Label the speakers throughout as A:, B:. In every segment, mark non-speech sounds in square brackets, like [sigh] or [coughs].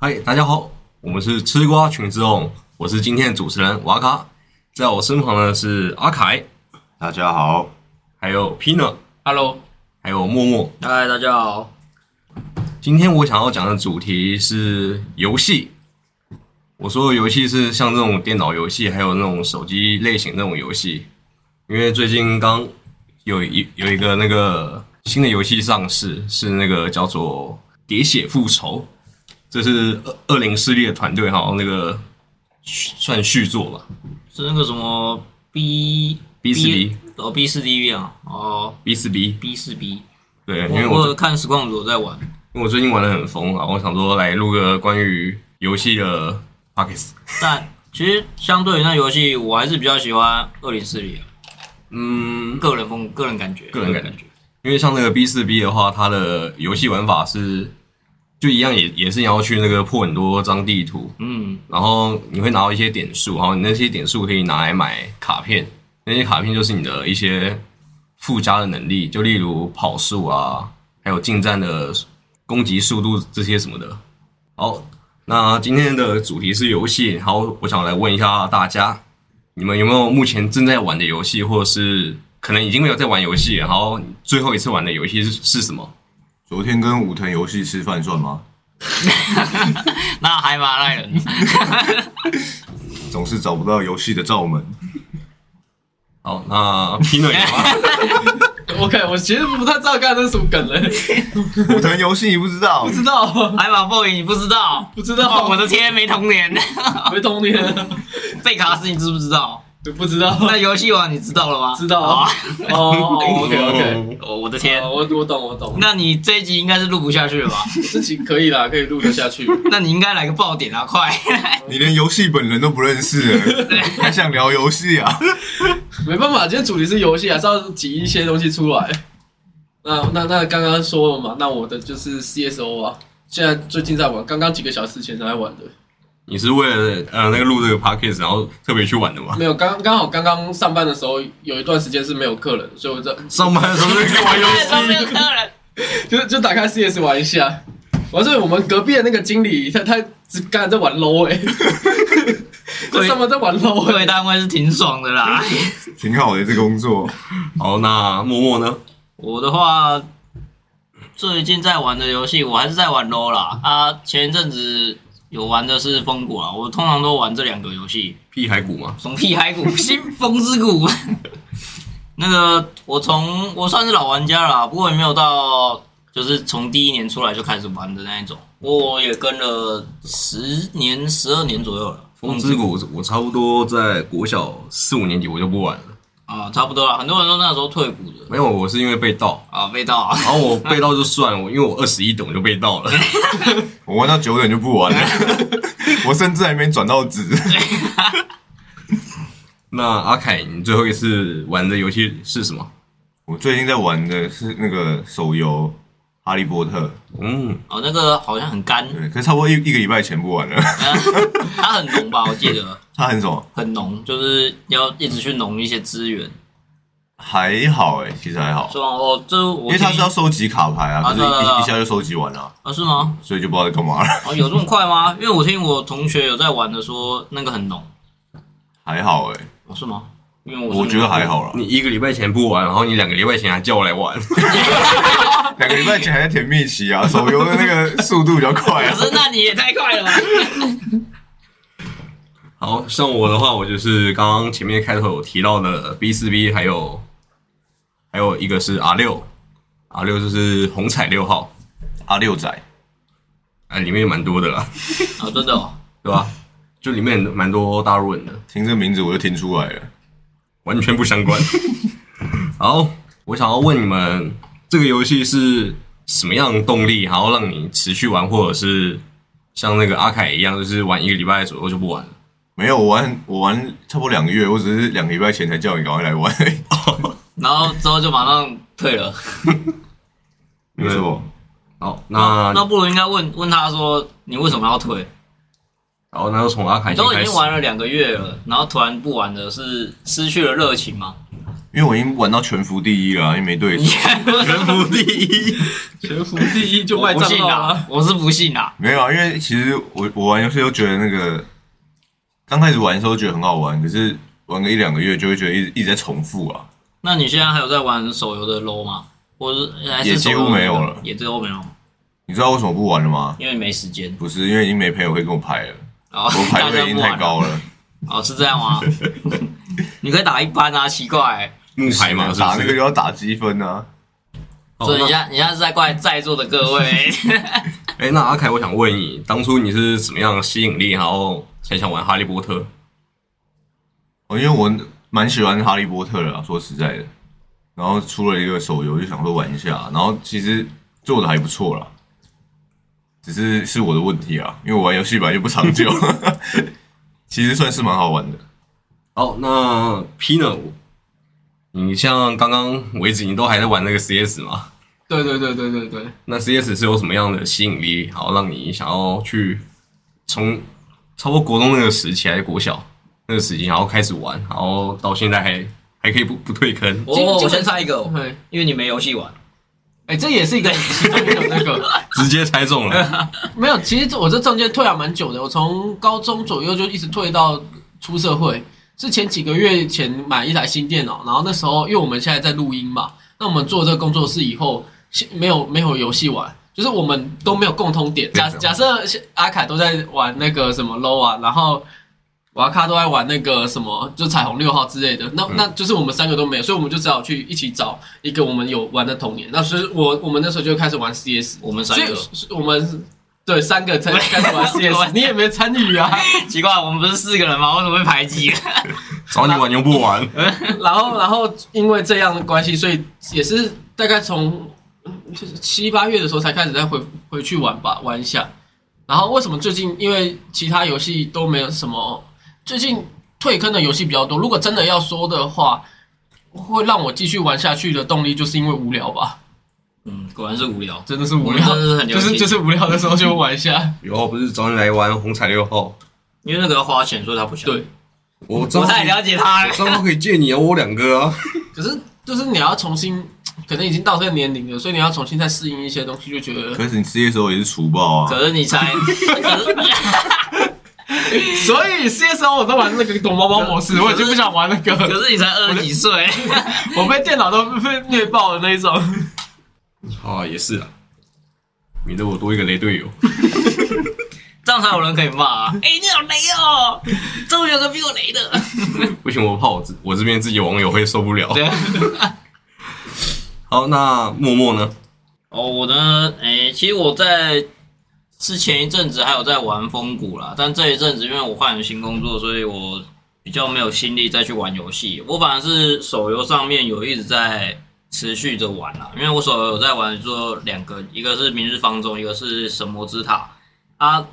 A: 嗨，大家好，我们是吃瓜群众，我是今天的主持人瓦卡，在我身旁呢是阿凯，
B: 大家好，
A: 还有 Pina，
C: Hello，
A: 还有默默。
C: 嗨，大家好。
A: 今天我想要讲的主题是游戏。我说的游戏是像这种电脑游戏，还有那种手机类型那种游戏，因为最近刚有一有一个那个新的游戏上市，是那个叫做《喋血复仇》，这是恶恶灵势力的团队哈，那个续算续作吧
C: 是那个什么 B
A: B 四 B
C: 哦 B 四 D 啊，哦
A: ，B 四 B。
C: B 四 B，
A: 对，因为
C: 我
A: 我
C: 我有看实况组有在玩， [laughs]
A: 因为我最近玩的很疯啊，我想说来录个关于游戏的 p o c k e t
C: 但其实相对于那游戏，我还是比较喜欢二零四零，
A: 嗯，
C: 个人风个人感觉，
A: 个人感觉。因为像那个 B 四 B 的话，它的游戏玩法是就一样也，也是你要去那个破很多张地图，
C: 嗯，
A: 然后你会拿到一些点数，然后你那些点数可以拿来买卡片，那些卡片就是你的一些附加的能力，就例如跑速啊，还有近战的攻击速度这些什么的。好，那今天的主题是游戏，好，我想来问一下大家，你们有没有目前正在玩的游戏，或者是可能已经没有在玩游戏，然后最后一次玩的游戏是是什么？
B: 昨天跟武藤游戏吃饭算吗？
C: 那海马赖人， [laughs]
B: 总是找不到游戏的罩门。 [laughs]
A: 好，那 Pino 有吗？ [laughs]
D: 我看，我其实不太知道刚才那是什么梗了，
B: 武藤游戏你不知道？
D: 不知道，
C: 海马 boy 你不知
D: [laughs]
C: 道。
D: 不知
C: 哦
D: 道，，
C: 我的天，没童年， [laughs]
D: 没童年，
C: 贝卡斯你知不知道？
D: 我不知道，
C: 那游戏王你知道了吗？
D: 哦知道
C: 啊
D: 啊。
C: [laughs]
D: 哦，OK OK，
C: 哦我的天，
D: 我我懂我懂，
C: 那你这一集应该是录不下去了吧？
D: 这集可以啦，可以录得下去。
C: 那你应该来个爆点啊，快！
B: 你连游戏本人都不认识了，还想聊游戏啊？
D: 没办法，今天主题是游戏，还是要挤一些东西出来。那那那刚刚说了嘛，那我的就是 CSO 啊，现在最近在玩，刚刚几个小时前才玩的。
A: 你是为了呃那个录这个 p o c k e t 然后特别去玩的吗？
D: 没有，刚刚好刚刚上班的时候有一段时间是没有客人，所以我在
A: 上班的时候就去玩游
C: 都没有
A: 戏，
C: 客人。
D: 就就打开 CS 玩一下。完事，我们隔壁的那个经理，他他只刚才在玩 LO 哎、 [laughs] 这上面在玩
C: [laughs]
D: LO 哎、
C: 对单位是挺爽的 [laughs] 啦。
B: 挺好的这个工作，
A: 好，那默默呢？
C: 我的话，最近在玩的游戏，我还是在玩 LO 啦。啊，前一阵子有玩的是风谷啊，我通常都玩这两个游戏，
A: 屁海谷吗？
C: 从屁海谷、新风之谷。 [laughs] 那个，我从我算是老玩家啦，不过也没有到就是从第一年出来就开始玩的那一种。我也跟了十年、十二年左右了。
A: 风之谷，我差不多在国小四五年级我就不玩了，
C: 啊，差不多啦，很多人都那时候退股的
A: 没有，我是因为被盗，
C: 啊，被盗啊。
A: 然后我被盗就算了，我因为我二十一等我就被盗了， [laughs]
B: 我玩到九点就不玩
C: [laughs]
B: 了，我甚至还没转到职。
A: 那阿凯，你最后一次玩的游戏是什么？
B: 我最近在玩的是那个手游《哈利波特》，
A: 嗯，
C: 哦，那个好像很干， [laughs]
B: 对，可是差不多一一个礼拜前不玩了。
C: 啊它很浓吧？我记得
B: 它很爽，
C: 很浓，就是要一直去浓一些资源。
B: 还好哎、其实还好，
C: 是吗？哦，这我
B: 因为它是要收集卡牌啊，
C: 啊
B: 可是
C: 对啊对啊
B: 一一下就收集完了，
C: 啊是吗？
B: 所以就不知道在干嘛了。
C: 哦，有这么快吗？因为我听我同学有在玩的说那个很浓，
B: 还好哎、
C: 哦是吗？因为我
B: 我觉得还好啦。
A: 你一个礼拜前不玩，然后你两个礼拜前还叫我来玩， [laughs]
B: 两个礼拜前还在甜蜜期啊，手游的那个速度比较快
C: 可
A: [laughs]
B: 啊。
C: 是那你也太快了吧？
A: 好像我的话，我就是刚刚前面开头有提到的 B 四 B，还有还有一个是 R 六，R 六就是红彩六号，
B: 阿六仔，
A: 哎，里面也蛮多的啦，
C: 啊，真的哦，
A: 对吧？就里面蛮多大陆人的，
B: 听这名字我就听出来了。
A: 完全不相
B: [laughs]
A: 关。好，我想要问你们，这个游戏是什么样的动力，然后让你持续玩，或者是像那个阿凯一样，就是玩一个礼拜左右就不玩了？
B: 没有，我玩我玩差不多两个月，我只是两个礼拜前才叫你赶快来 [laughs] 玩。
C: 然后之后就马上退了。
B: 没错，
A: 好，
B: 啊
A: 那
C: 那不如应该问问他说你为什么要退？
A: 好，那就从阿凯
C: 你
A: 先
C: 都已
A: 开始
C: 经。玩了两个月了，然后突然不玩了，是失去了热情吗？
B: 因为我已经玩到全服第一了啊，因为
A: [laughs]
B: 没对手。
A: 全服第一，
D: 全服第一就卖
C: 我不
D: 账
C: 信
D: 号
C: 啦
D: 啊！，
C: 我是不信啦。
B: 没有啊，因为其实我我玩游戏都觉得那个刚开始玩的时候觉得很好玩，可是玩个一两个月就会觉得一直一直在重复啊。
C: 那你现在还有在玩手游的 LO 吗？或是还是
B: 也几乎
C: 手游的
B: 没有了
C: 也几乎没有，
B: 你知道为什么不玩了吗？
C: 因为没时间。
B: 不是因为已经没朋友会跟我排了，
C: 哦，
B: 我排
C: 大家
B: 队已
C: 不
B: 经太
C: 玩了。
B: 高
A: [laughs]
B: 了，
C: 哦，是这
B: [laughs]
C: 样吗？你可以打一般啊，奇怪、
A: 木牌嘛，
B: 打那
A: 是
B: 个
A: 不是
B: 就要打积分啊。
A: 哦
C: 所以
A: 那
C: 你现在你现在是在怪在座的各
D: [laughs]
C: 位，
A: 哎，那阿凯，我想问你，当初你是怎么样吸引力，然后才想玩哈利波特？
B: 哦，因为我蛮喜欢哈利波特的啊，说实在的。然后出了一个手游，就想说玩一下，然后其实做的还不错啦，只是是我的问题啊，因为我玩游戏本来就不长久，其实算是蛮好玩的。
A: 好，那 P 呢？你像刚刚为止，你都还在玩那个 CS 嘛？
D: 对对对对对对，
A: 那 CS 是有什么样的吸引力，好让你想要去从差不多国中那个时期还是国小那个时期，然后开始玩，然后到现在还还可以不不退坑？
C: 我
D: 基本
C: 我先猜一个哦，
D: 对，
C: 因为你没游戏玩，
D: 哎，这也是一个其中有那个。
A: 直接猜中
C: [laughs]
A: 了。
D: [laughs] 没有，其实我这中间退了啊蛮久的，我从高中左右就一直退到出社会。是前几个月前买一台新电脑，然后那时候因为我们现在在录音嘛，那我们做这个工作室以后，现没有没有游戏玩，就是我们都没有共通点。假
A: 没有
D: 假设是阿凯都在玩那个什么 LO 啊，然后瓦卡都在玩那个什么就彩虹六号之类的，那
A: 嗯
D: 那就是我们三个都没有，所以我们就只好去一起找一个我们有玩的童年。那所以我我们那时候就开始玩 CS，
C: 我们三
D: 所以
C: 个
D: 所以我们对三个才开始玩
C: 我
D: CS，你也没参
C: [laughs]
D: 与啊。
C: 奇怪，我们不是四个人吗？为什么被排
D: [laughs]
C: 挤？
A: 找你玩又不玩，
D: 然后，然后因为这样的关系，所以也是大概从嗯就是七八月的时候才开始再回回去玩吧，玩一下。然后为什么最近因为其他游戏都没有什么，最近退坑的游戏比较多。如果真的要说的话，会让我继续玩下去的动力，就是因为无聊吧，
C: 嗯，果然是无聊。
D: 真的是无
C: 我
D: 聊，
C: 们真的是很
D: 就
C: 流行
D: 是就是无聊的时候就玩一下。
A: 以后不是找你来玩红彩六号？
C: 因为那个要花钱，所以他不想。
D: 对，
A: 我
C: 我太了解他了。
A: 账号可以借你啊，我有两个啊。
D: 可是就是你要重新，可能已经到这个年龄了，所以你要重新再适应一些东西，就觉得。
B: 可是你吃的时候也是除暴啊，
C: 可是你
D: [laughs]
C: 猜，可是
D: 所以 CSO 我都玩那个躲猫猫模式，我已经不想玩那个 [laughs] 了。
C: 可是你才二十几岁，
D: 我被电脑都 [laughs] 被虐爆的那一种。
A: 啊，也是啊，免得我多一个雷队友。
C: 这样才有人可以骂啊。哎，你好雷哦，终于有个比我雷的。
A: 不行，我怕我自我这边自己网友会受不了。
C: 对。
A: [laughs] 好，那默默呢？
C: 哦，我呢，诶、其实我在是前一阵子还有在玩风谷啦，但这一阵子因为我换了新工作，所以我比较没有心力再去玩游戏。我反而是手游上面有一直在持续着玩啦，因为我手游有在玩做两个，一个是《明日方舟》，一个是《神魔之塔》啊。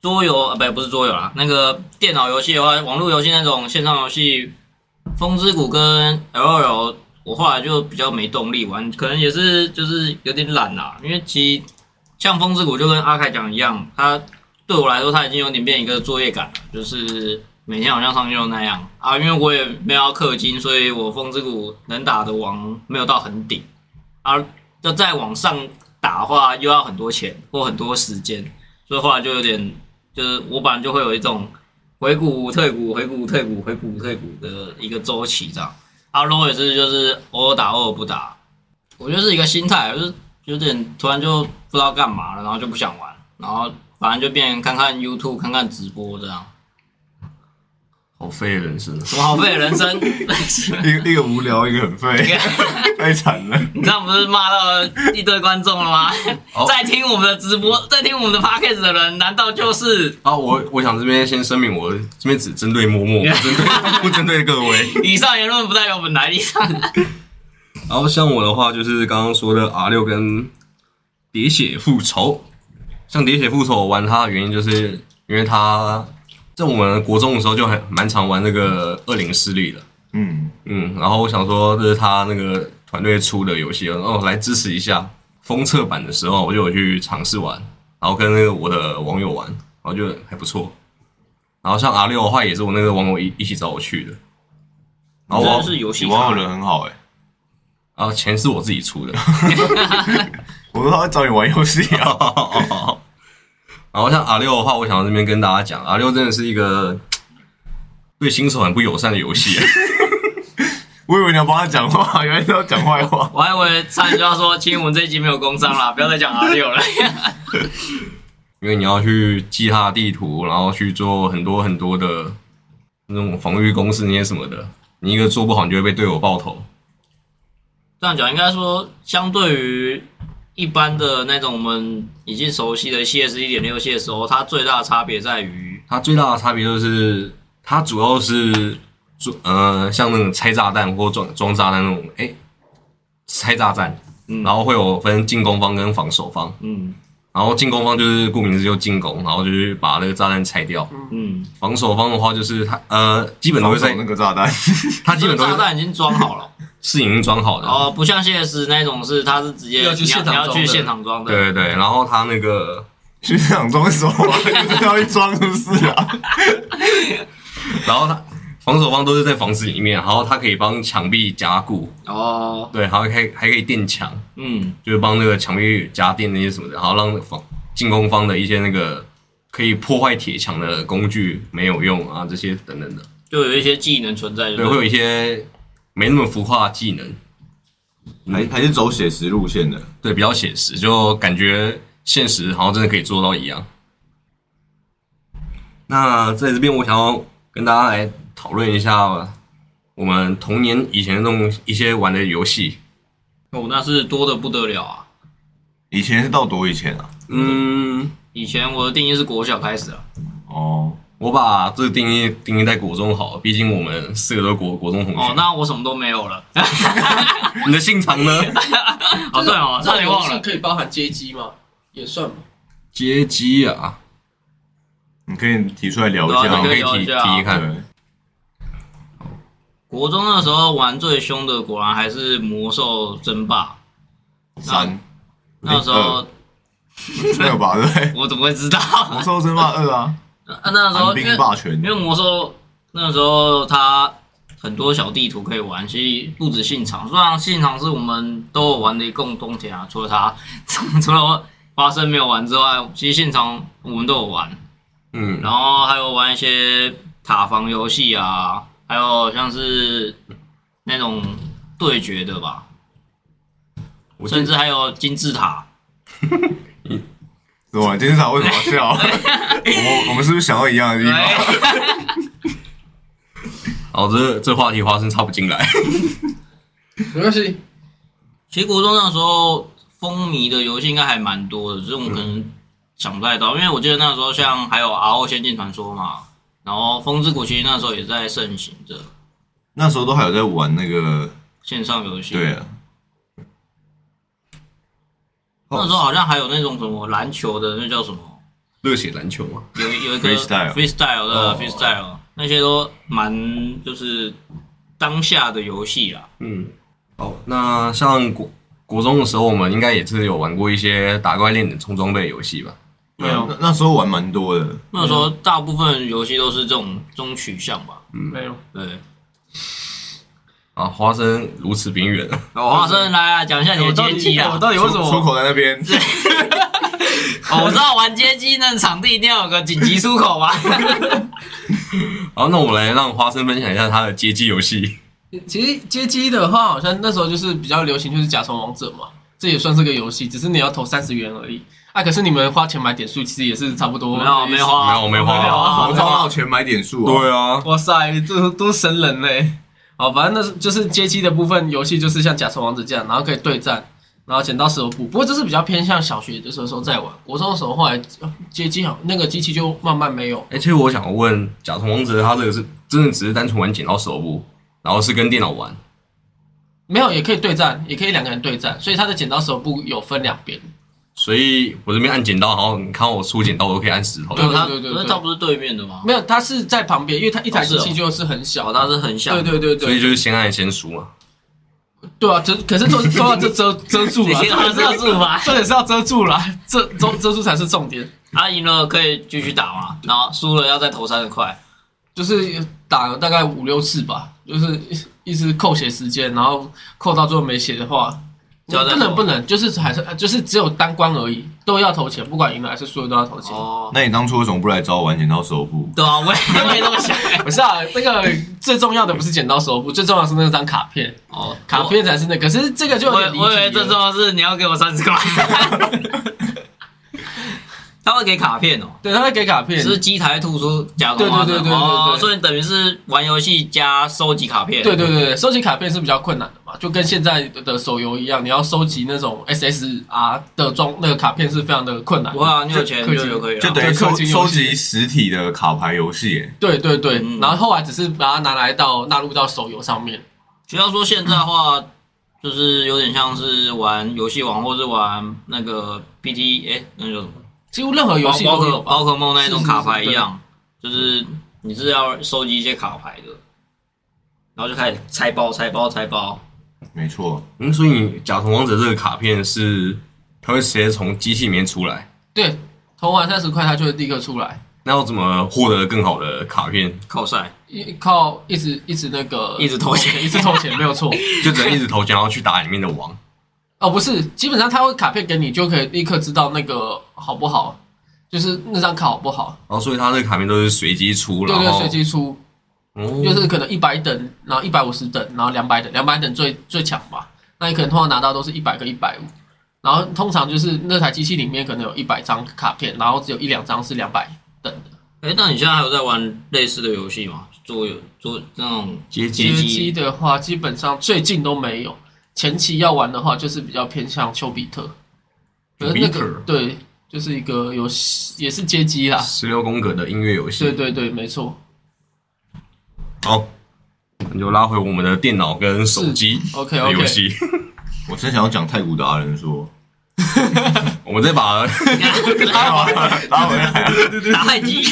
C: 桌游啊，不不是桌游啦，那个电脑游戏的话，网络游戏那种线上游戏，《风之谷》跟 L L 我后来就比较没动力玩，可能也是就是有点懒啦、因为其实像风之谷就跟阿凯讲一样，它对我来说它已经有点变一个作业感了，就是每天好像上秀那样啊。因为我也没有要氪金，所以我风之谷能打的王没有到很顶啊，要再往上打的话又要很多钱或很多时间，所以后来就有点就是我本来就会有一种回谷退谷回谷退谷回谷退谷的一个周期这样。阿 low 啊也是就是偶尔打偶尔不打，我觉得是一个心态，就是有点突然就不知道干嘛了，然后就不想玩，然后反正就变成看看 YouTube 看看直播这样，
A: 好废的人生啊！
C: 什么好废的人生， [laughs]
B: 一个一个无聊，一个很废，太惨了。
C: 你这样不是骂到一堆观众了吗？
A: 好
C: [laughs] 在听我们的直播，在听我们的 podcast 的人，难道就是
A: 啊，我我想这边先声明，我这边只针对默默，不针对
B: [laughs]
A: 不针对各位。
C: 以上言论不代表本台立场？
A: 然后像我的话，就是刚刚说的 R 六跟喋血复仇。像喋血复仇，我玩它的原因就是因为它在我们国中的时候就很蛮常玩那个恶灵势力的。
B: 嗯，
A: 嗯，然后我想说，这是他那个团队出的游戏，然后来支持一下。封测版的时候，我就有去尝试玩，然后跟那个我的网友玩，然后就还不错。然后像 R 六的话，也是我那个网友一一起找我去的。
B: 然后
C: 真的
B: 网
C: 是游戏
B: 哦你网友
C: 咖
B: 人很好哎、
A: 啊，钱是我自己出的。 [laughs]
B: 我说他会找你玩游戏啊，
A: 然后像阿六的话，我想到这边跟大家讲，阿六真的是一个对新手很不友善的游戏。啊
B: 我以为你要帮他讲话，原来是要讲坏
C: [laughs]
B: 话。
C: [laughs] 我还以为差点就要说，其实我们这一集没有工伤啦，不要再讲 R 六了。
A: 因为你要去记它的地图，然后去做很多很多的那种防御公式那些什么的，你一个做不好，你就会被队友爆头。
C: 这样讲，应该说，相对于一般的那种我们已经熟悉的 CS 一点六、CS 时候，它最大的差别在于，
A: 它最大的差别就是，它主要是做呃像那种拆炸弹或装装炸弹那种，哎、拆炸弹，
C: 嗯
A: 然后会有分进攻方跟防守方，
C: 嗯
A: 然后进攻方就是顾名思义就进攻，然后就是把那个炸弹拆掉。
C: 嗯，
A: 防守方的话就是它呃基本都会
B: 防守
A: 在
B: 那，个炸弹，
A: 它基本都
C: 这个
A: 是
C: 炸弹已经装
A: [laughs]
C: 好了，
A: 是已经装好的，
C: 哦，不像 CS 那种是它是直接
D: 要去
C: 你要
D: 现场
C: 你要去
D: 装的
C: 现场装的，
A: 对对对，然后它那个
B: 去想装什么啊？就是要一装是不是啊？
A: 然后他防守方都是在房子里面，然后他可以帮墙壁加固，
C: 哦，
A: 对，还可以还可以垫墙，
C: 嗯
A: 就是帮那个墙壁加垫那些什么的，然后让防进攻方的一些那个可以破坏铁墙的工具没有用啊，这些等等的，
C: 就有一些技能存在，就
A: 对，
C: 对
A: 会
C: 了，
A: 有一些没那么浮夸的技能，
B: 还还是走写实路线的，
A: 对，比较写实，就感觉现实好像真的可以做到一样。那在这边，我想要跟大家来讨论一下我们童年以前的那种一些玩的游戏。
C: 哦，那是多的不得了啊！
B: 以前是到多以前啊？
A: 嗯，
C: 以前我的定义是国小开始啊，
B: 哦，
A: 我把这个定义定义在国中好了，毕竟我们四个都是国国中同学。
C: 哦，那我什么都没有了， [laughs]
A: 你的姓长呢？
C: 哦对哦，差
D: 这
C: 点
D: 游
C: 忘
D: 戏
C: 了，
D: 可以包含街机吗？也算吧。
A: 街机啊，
B: 你可以提出来聊一
C: 对啊
A: 我可
C: 你
B: 下。
A: 以
C: 聊
A: 提
C: 一下啊
A: 提一看。
B: 对，
C: 国中那时候玩最凶的，果然还是魔兽争霸。
B: 三
C: 那时候
B: 没有吧？对不对，
C: 我怎么会知
A: [laughs]
C: 道？
B: 魔兽争霸二 [laughs] 啊，
C: 啊那时候
B: 寒
C: 因为
B: 冰霸权
C: 因为魔兽那时候它很多小地图可以玩，其实不止信长，虽然信长是我们都有玩的共同点啊，除了它 [laughs] 除了花生没有玩之外，其实信长我们都有玩，
A: 嗯，
C: 然后还有玩一些塔防游戏啊，还有像是那种对决的吧，
A: 我记
C: 甚
A: 得
C: 至还有金字塔。
B: 对吧？今天早为什么要笑？
D: [laughs]
B: 我们我们是不是想到一样的地方？
C: 对
A: 哦，这这话题花生插不进来。 [laughs]
D: 没关系，
C: 其实国中那时候风靡的游戏应该还蛮多的，只是我们可能想不太到，因为我记得那时候像还有《RO 仙境传说》嘛，然后《风之谷》其实那时候也在盛行着
B: 那时候都还有在玩那个，
C: 线上游戏。
B: 对，啊，
C: 那时候好像还有那种什么篮球的，那叫什么？
A: 热血篮球嘛，
C: 有有一个
B: Freestyle
C: freestyle 的
A: 哦
C: freestyle，那些都蛮就是当下的游戏啦。
A: 嗯，好，那像国国中的时候，我们应该也是有玩过一些打怪练等充装备的游戏吧？
C: 对啊
B: 那那时候玩蛮多的。
C: 那时候大部分游戏都是这种这种取向吧。
D: 没有。
C: 对，
A: 啊，花生如此边缘，
C: 华生来啊，讲一下你
D: 哎我
C: 的
D: 到
C: 阶级
D: 底
C: 啊。
D: 我到底为什么
B: 出口在那边？
C: 哦，我知道玩街机那场地一定要有个紧急出口 [laughs] 吧？
A: [laughs] 好，那我们来让花生分享一下他的街机游戏。
D: 其实街机的话，好像那时候就是比较流行，就是甲虫王者嘛，这也算是个游戏，只是你要投三十元而已。啊，可是你们花钱买点数，其实也是差不多。
C: 没有，没。花，
A: 没有，我没
D: 没有
A: 花。
D: 啊
B: 我赚到钱买点数
A: [laughs]
B: 啊！
A: 对啊，
D: 哇塞，这都神人嘞！好，反正那是就是街机的部分游戏，就是像甲虫王者这样，然后可以对战，然后剪刀石头布。不过这是比较偏向小学的时候时候在玩，国中的时候后来街机好那个机器就慢慢没有。
A: 哎、其实我想问，甲虫王者他这个是真的只是单纯玩剪刀石头布，然后是跟电脑玩？
D: 没有，也可以对战，也可以两个人对战，所以他的剪刀石头布有分两边。
A: 所以我这边按剪刀，然后你看我出剪刀，我都可以按石头。
D: 对
C: 他，
D: 对对对
C: 可是他不是对面的吗？
D: 没有，它是在旁边，因为它一台
C: 哦是哦
D: 机器就是很小，
C: 哦，他是横向
D: 对
C: 的，
D: 对对
A: 所以
D: 对，
A: 就是先按先输嘛。
D: 对啊，遮可是做做到这遮遮住啊
C: [laughs]
D: 了，
C: 你还是要住
D: [laughs]
C: 吧。
D: 重点是要遮住了，遮遮遮住才是重点。
C: 他赢了可以继续打嘛，然后输了要再投三十块。
D: 就是打了大概五六次吧，就是一直扣写时间，然后扣到最后没写的话，不
C: 交代
D: 能
C: 什么
D: 不能，就是还是就是只有单关而已，都要投钱，不管赢了还是输了都要投钱。
C: 哦，
B: 那你当初为什么不来找我玩剪刀石头布？
C: 对啊，我也
D: [laughs]
C: 没那么想。
D: 不是啊，那个最重要的不是剪刀手部，最重要的是那张卡片，
C: 哦，
D: 卡片才是那个。可是这个就有
C: 我
D: 点离题
C: 我以为最
D: 了
C: 重要的是你要给我三
D: [laughs]
C: 十块，他会给卡片哦，
D: 对，他会给卡片，
C: 是机台吐出假
D: 对
C: 龙花
D: 对对
C: 的
D: 对对
C: 哦，
D: 对
C: 所以等于是玩游戏加收集卡片，
D: 对对对对，收集卡片是比较困难的嘛，就跟现在的手游一样，你要收集那种 SSR 的装那个卡片是非常的困难的。
C: 哇，你有钱
D: 就
C: 就就可以了，
B: 就等于
D: 对
B: 收
D: 氪金游
B: 收
D: 戏
B: 集实体的卡牌游戏耶，
D: 对对对，
C: 嗯
D: 然后后来只是把它拿来到纳入到手游上面。
C: 只要说现在的话，就是有点像是玩游戏王，或是玩那个 B T，哎、那叫什么？
D: 几乎任何哦游戏
C: 宝
D: 都
C: 可
D: 有吧
C: 宝？可梦那一种
D: 是是
C: 卡牌一样，就是你是要收集一些卡牌的，然后就开始拆包、拆包、拆包。
B: 没错，
A: 嗯，所以你甲虫王者这个卡片是它会直接从机器里面出来，
D: 对，投完三十块，它就会立刻出来，
A: 那要怎么获得更好的卡片？
C: 靠赛，
D: 一靠一直一直那个
C: 一直投钱
D: [laughs] 一直投钱，没有错。
A: [laughs] 就只能一直投钱，然后去打里面的王。
D: 哦，不是，基本上他会卡片给你，就可以立刻知道那个好不好，就是那张卡好不好。
A: 然后所以它这个卡片都是随机出，
D: 对
A: 然
D: 对，
A: 后
D: 随机出，
A: 哦
D: 就是可能一百等，然后一百五十等，然后两百等，两百等最最强嘛。那你可能通常拿到都是一百个一百五，然后通常就是那台机器里面可能有一百张卡片，然后只有一两张是两百等的。
C: 哎、那你现在还有在玩类似的游戏吗？桌游、桌那
D: [laughs]
C: 种
A: 接
D: 街
C: 街
A: 机
C: 机
D: 机的话，基本上最近都没有。前期要玩的话，就是比较偏向丘比特，可
A: 丘
D: 是那
A: 比
D: 个
A: 特
D: 对，就是一个游戏，也是街机啦。
A: 十六宫格的音乐游戏。
D: 对对对，没错。
A: 好，那就拉回我们的电脑跟手机
D: 是，OK，
A: 的
D: OK
A: 游戏。
B: 我真想要讲太古达人
D: [laughs]
B: 说，
A: 我们再把
B: 拉回来啊，
C: 打太极，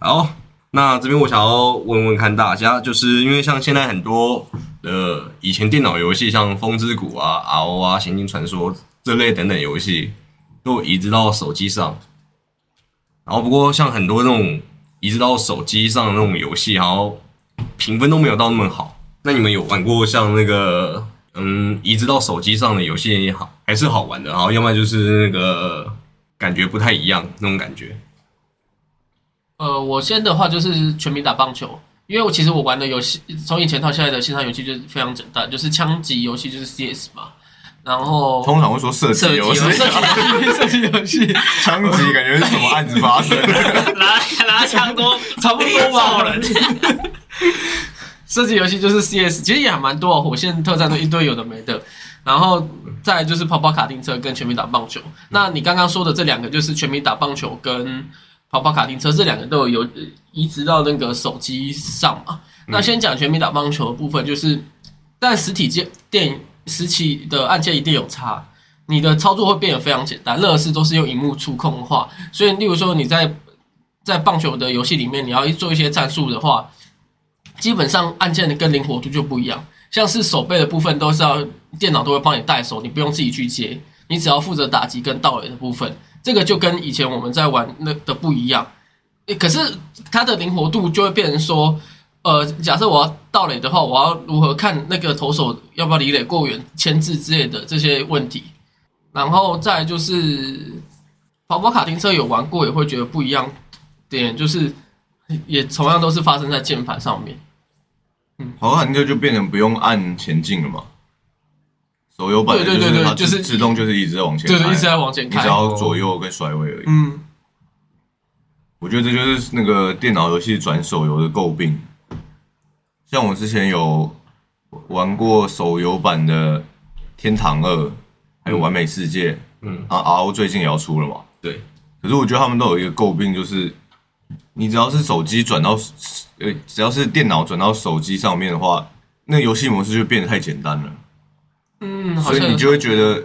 A: 好，那这边我想要问问看大家，就是因为像现在很多呃以前电脑游戏，像《风之谷》啊、RO 啊、《行进传说》这类等等游戏，都有移植到手机上。然后不过像很多那种移植到手机上的那种游戏，然后评分都没有到那么好。那你们有玩过像那个嗯移植到手机上的游戏也好，还是好玩的，然后要么就是那个感觉不太一样那种感觉。
D: 呃，我先的话就是全民打棒球，因为我其实我玩的游戏从以前到现在的线上游戏就是非常简单，就是枪击游戏就是 CS 嘛，然后 [laughs]
B: 通常会说射击游戏
C: 射，击
D: 射击游戏，射击游戏
B: 枪击感觉是什么案子
D: [laughs]
B: 发生的？
C: 拿拿枪多
D: 差不多
C: 造
D: 吧
C: 人。。
D: 射击游戏就是 CS，其实也还蛮多，火线特战队一堆有的没的，然后再来就是跑跑卡丁车跟全民打棒球。那你刚刚说的这两个就是全民打棒球跟跑跑卡丁车这两个都有有移植到那个手机上嘛？那先讲全民打棒球的部分，就是但实体键电实体的按键一定有差。你的操作会变得非常简单，乐事都是用荧幕触控化，所以例如说你在在棒球的游戏里面，你要做一些战术的话，基本上按键的跟灵活度就不一样。像是手背的部分都是要电脑都会帮你代手，你不用自己去接，你只要负责打击跟盗垒的部分，这个就跟以前我们在玩那的不一样。诶可是它的灵活度就会变成说，呃，假设我要盗垒的话，我要如何看那个投手要不要离垒过远、牵制之类的这些问题。然后再来就是跑跑卡丁车有玩过，也会觉得不一样点，就是也同样都是发生在键盘上面。
B: 好像这就变成不用按前进了嘛。手游版的
D: 对对
B: 就是
D: 对
B: 它
D: 对就是
B: 自自动就是一直在往前
D: 对
B: 开，
D: 对，一直在往前
B: 你只
D: 开。
B: 要左右跟甩尾而已。
D: 嗯，
B: 我觉得这就是那个电脑游戏转手游的诟病。像我之前有玩过手游版的《天堂二》，还有《完美世界》，
A: 嗯，
B: 啊，RO 最近也要出了嘛。
A: 对。
B: 可是我觉得他们都有一个诟病，就是你只要是手机转到呃，只要是电脑转到手机上面的话，那游戏模式就变得太简单了，
D: 嗯，好
B: 所以
D: 像
B: 你就会觉得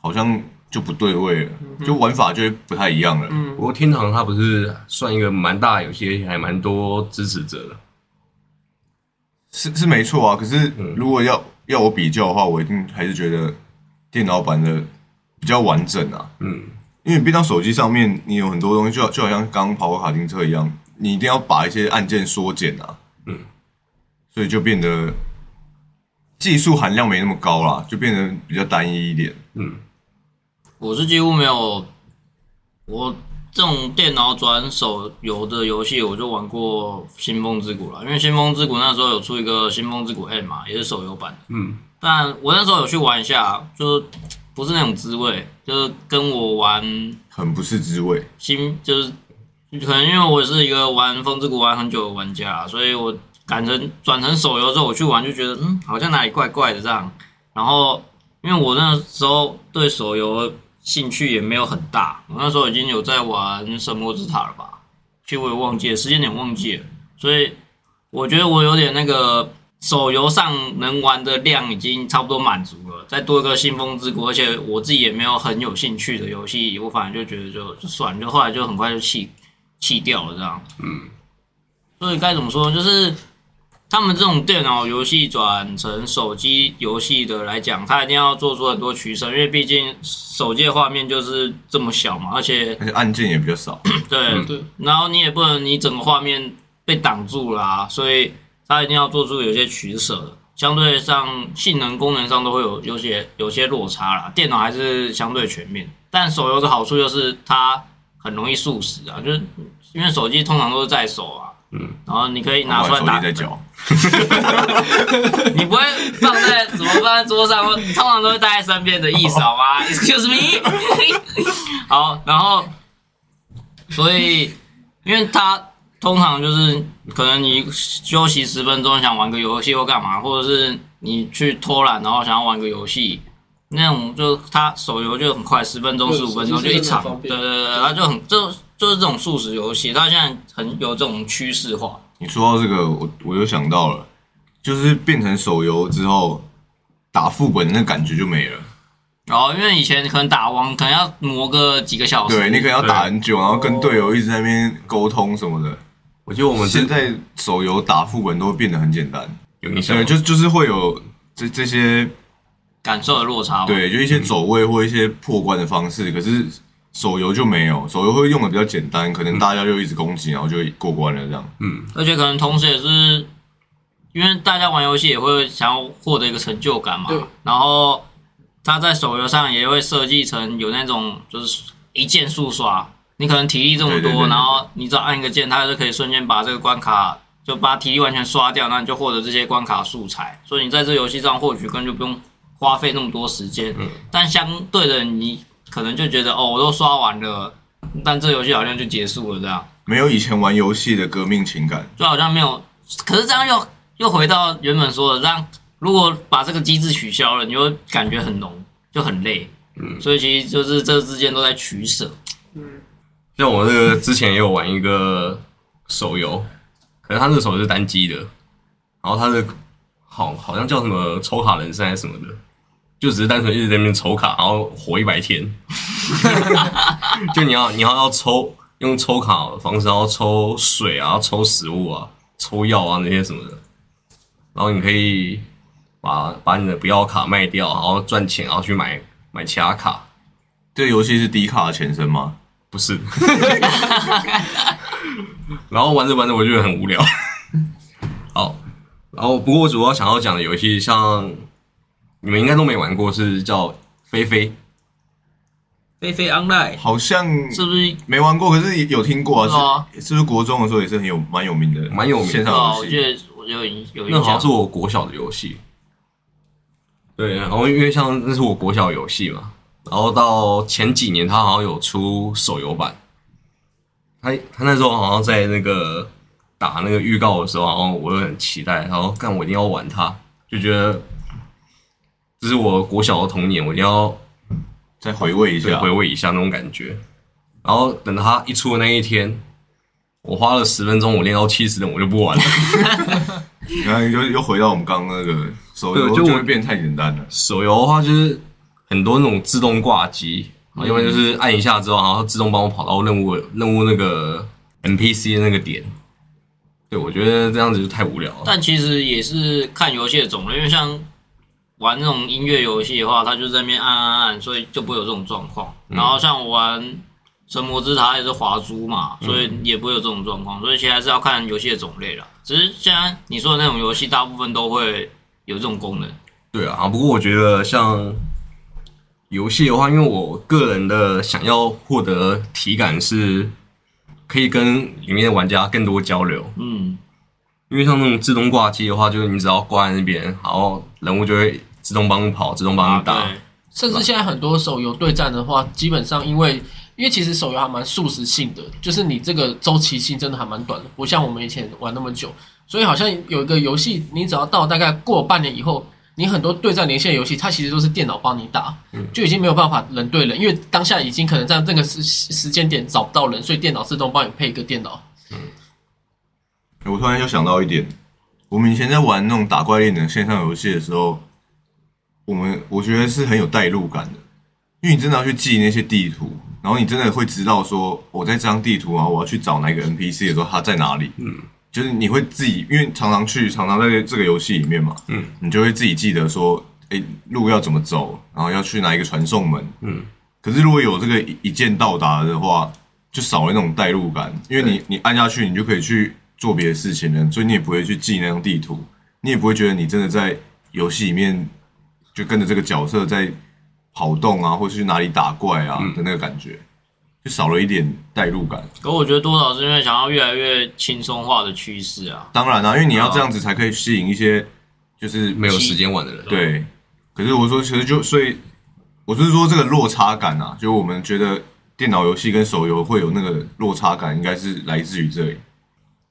B: 好像就不对味了，
D: 嗯
B: 就玩法就会不太一样了。
A: 不过天堂它不是算一个蛮大的游戏，而且还蛮多支持者的。
B: 是是没错啊，可是如果要、要我比较的话，我一定还是觉得电脑版的比较完整啊。
A: 嗯，
B: 因为你变到手机上面，你有很多东西，就好就好像刚刚跑跑卡丁车一样，你一定要把一些按键缩减啊，
A: 嗯，
B: 所以就变得技术含量没那么高啦，就变得比较单一一点。
A: 嗯，
C: 我是几乎没有，我这种电脑转手游的游戏，我就玩过《新风之谷》了，因为《新风之谷》那时候有出一个《新风之谷 M》嘛，也是手游版的。
A: 嗯，
C: 但我那时候有去玩一下，就不是那种滋味，就是跟我玩
B: 很不是滋味。
C: 新，就是可能因为我是一个玩《风之谷》玩很久的玩家啊，所以我改成转成手游之后，我去玩就觉得嗯，好像哪里怪怪的这样。然后因为我那时候对手游兴趣也没有很大，我那时候已经有在玩《神魔之塔》了吧？其实我也忘记了时间点，忘记了。所以我觉得我有点那个手游上能玩的量已经差不多满足了，再多一个《信风之谷》，而且我自己也没有很有兴趣的游戏，我反正就觉得就就算了，就后来就很快就弃弃掉了这样。嗯，所以该怎么说呢，就是他们这种电脑游戏转成手机游戏的来讲，它一定要做出很多取舍，因为毕竟手机的画面就是这么小嘛，而且 [coughs]
B: 而且按键也比较少，
C: 对
D: 对，
C: 然后你也不能你整个画面被挡住啦、所以它一定要做出有些取舍，相对上性能功能上都会有有些有些落差啦。电脑还是相对全面，但手游的好处就是它很容易速食啊，就是因为手机通常都是在手啊，嗯，然后你可以
B: 然
C: 拿
B: 后
C: 出来
B: 手
C: 打
B: 机在脚，
C: 你不会放在怎么放在桌上，或通常都会带在身边的意思，好
D: [laughs]
C: 吗？Excuse me 。 [laughs] 好，然后，所以，因为他通常就是可能你休息十分钟，想玩个游戏或干嘛，或者是你去偷懒，然后想要玩个游戏，那种就他手游就很快，十分钟、
D: 对
C: 十五分钟
D: 手
C: 就
D: 机
C: 一
D: 真的
C: 场，
D: 很方
C: 对
D: 便
C: 对对，他就很就就是这种速食游戏，他现在很有这种趋势化，
B: 你说到这个，我我又想到了，就是变成手游之后，打副本那感觉就没了。
C: 然后因为以前可能打王可能要磨个几个小时，
B: 对你可能要打很久，然后跟队友一直在那边沟通什么的。
A: 我觉得我们
B: 现
A: 现在
B: 在手游打副本都变得很简单，
A: 有印象吗，
B: 对，就就是会有这这些
C: 感受的落差吧。，
B: 对，就一些走位或一些破关的方式，可是手游就没有，手游会用的比较简单，可能大家就一直攻击，然后就过关了这样。
A: 嗯，
C: 而且可能同时也是因为大家玩游戏也会想要获得一个成就感嘛
D: 对，
C: 然后他在手游上也会设计成有那种就是一键速刷，你可能体力这么多，
B: 对对对对
C: 然后你只要按一个键，它就可以瞬间把这个关卡就把体力完全刷掉，那你就获得这些关卡素材，所以你在这游戏上获取根本就不用花费那么多时间，
A: 嗯
C: 但相对的你可能就觉得哦，我都刷完了，但这游戏好像就结束了这样。
B: 没有以前玩游戏的革命情感，
C: 就好像没有。可是这样又又回到原本说的，让如果把这个机制取消了，你会感觉很浓，就很累。嗯，所以其实就是这之间都在取舍。
A: 像我这个之前也有玩一个手游，可能它那个手游是单机的，然后它的好好像叫什么抽卡人生还是什么的，就只是单纯一直在那边抽卡，然后活一百天， [laughs] 就你要你要要抽用抽卡的方式，然后抽水啊、抽食物啊、抽药啊那些什么的，然后你可以把把你的不要卡卖掉，然后赚钱，然后去买买其他卡，
B: 这个游戏是迪卡的前身吗？
A: 不是。 [laughs] 然后玩着玩着，我觉得很无聊。 [laughs] 好，然后不过我主要想要讲的游戏，像你们应该都没玩过，是叫《飞飞》。
C: 飞飞 online
B: 好像
C: 是不是？
B: 没玩过，可是有听过
C: 是吗
B: 啊，是是不是国中的时候也是很有蛮有名的，
A: 蛮有名的
B: 线上
C: 哦，我
B: 游
C: 记
B: 戏。
C: 得我有印有
A: 啊那
C: 印
A: 好像
C: 象
A: 是。我国小的游戏。对，然后因为像那是我国小游戏嘛，然后到前几年它好像有出手游版，它它那时候好像在那个打那个预告的时候，然后我就很期待，然后干我一定要玩它，就觉得这是我国小的童年，我一定要
B: 再回味一
A: 对，
B: 下
A: 回，味一下那种感觉。然后等到它一出的那一天，我花了十分钟，我练到七十等，我就不玩了。
B: 然后又又回到我们刚刚那个手游，
A: 对
B: 就
A: 就我
B: 会变得太简单了。
A: 手游的话，就是很多那种自动挂机，然后要不然就是按一下之后，然后自动帮我跑到任务任务那个 NPC 的那个点。对，我觉得这样子就太无聊了。
C: 但其实也是看游戏的种类，因为像玩那种
A: 嗯
C: 音乐游戏的话，它就在那边按按按，所以就不会有这种状况。然后像我玩神魔之塔也是华珠嘛，
A: 嗯
C: 所以也不会有这种状况。所以其实还是要看游戏的种类啦。只是现在你说的那种游戏，大部分都会有这种功能。
A: 对啊，不过我觉得像游戏的话，因为我个人的想要获得体感是，可以跟里面的玩家更多交流。
C: 嗯，
A: 因为像那种自动挂机的话，就是你只要挂在那边，然后人物就会自动帮你跑，自动帮你打。
C: 啊对
D: 甚至现在很多手游对战的话，基本上因为因为其实手游还蛮速食性的，就是你这个周期性真的还蛮短的，不像我们以前玩那么久。所以好像有一个游戏，你只要到大概过半年以后，你很多对战连线游戏，它其实都是电脑帮你打，就已经没有办法人对人，因为当下已经可能在那个时时间点找不到人，所以电脑自动帮你配一个电脑。
B: 哎我突然就想到一点，我们以前在玩那种打怪猎人线上游戏的时候，我们我觉得是很有代入感的，因为你真的要去记那些地图，然后你真的会知道说，我在这张地图啊，我要去找哪个 NPC 的时候，他在哪里。嗯，就是你会自己，因为常常去，常常在这个游戏里面嘛，
A: 嗯，
B: 你就会自己记得说，哎、路要怎么走，然后要去哪一个传送门。
A: 嗯，
B: 可是如果有这个一一键到达的话，就少了那种代入感，因为你你按下去，你就可以去做别的事情了，所以你也不会去记那张地图，你也不会觉得你真的在游戏里面就跟着这个角色在跑动啊，或是去哪里打怪啊的那个感觉，就少了一点代入感。
C: 可我觉得多少是因为想要越来越轻松化的趋势啊。
B: 当然啦、因为你要这样子才可以吸引一些就是
A: 没有时间玩的人，
B: 对，可是我说，其实就所以，我就是说这个落差感啊，就我们觉得电脑游戏跟手游会有那个落差感，应该是来自于这里。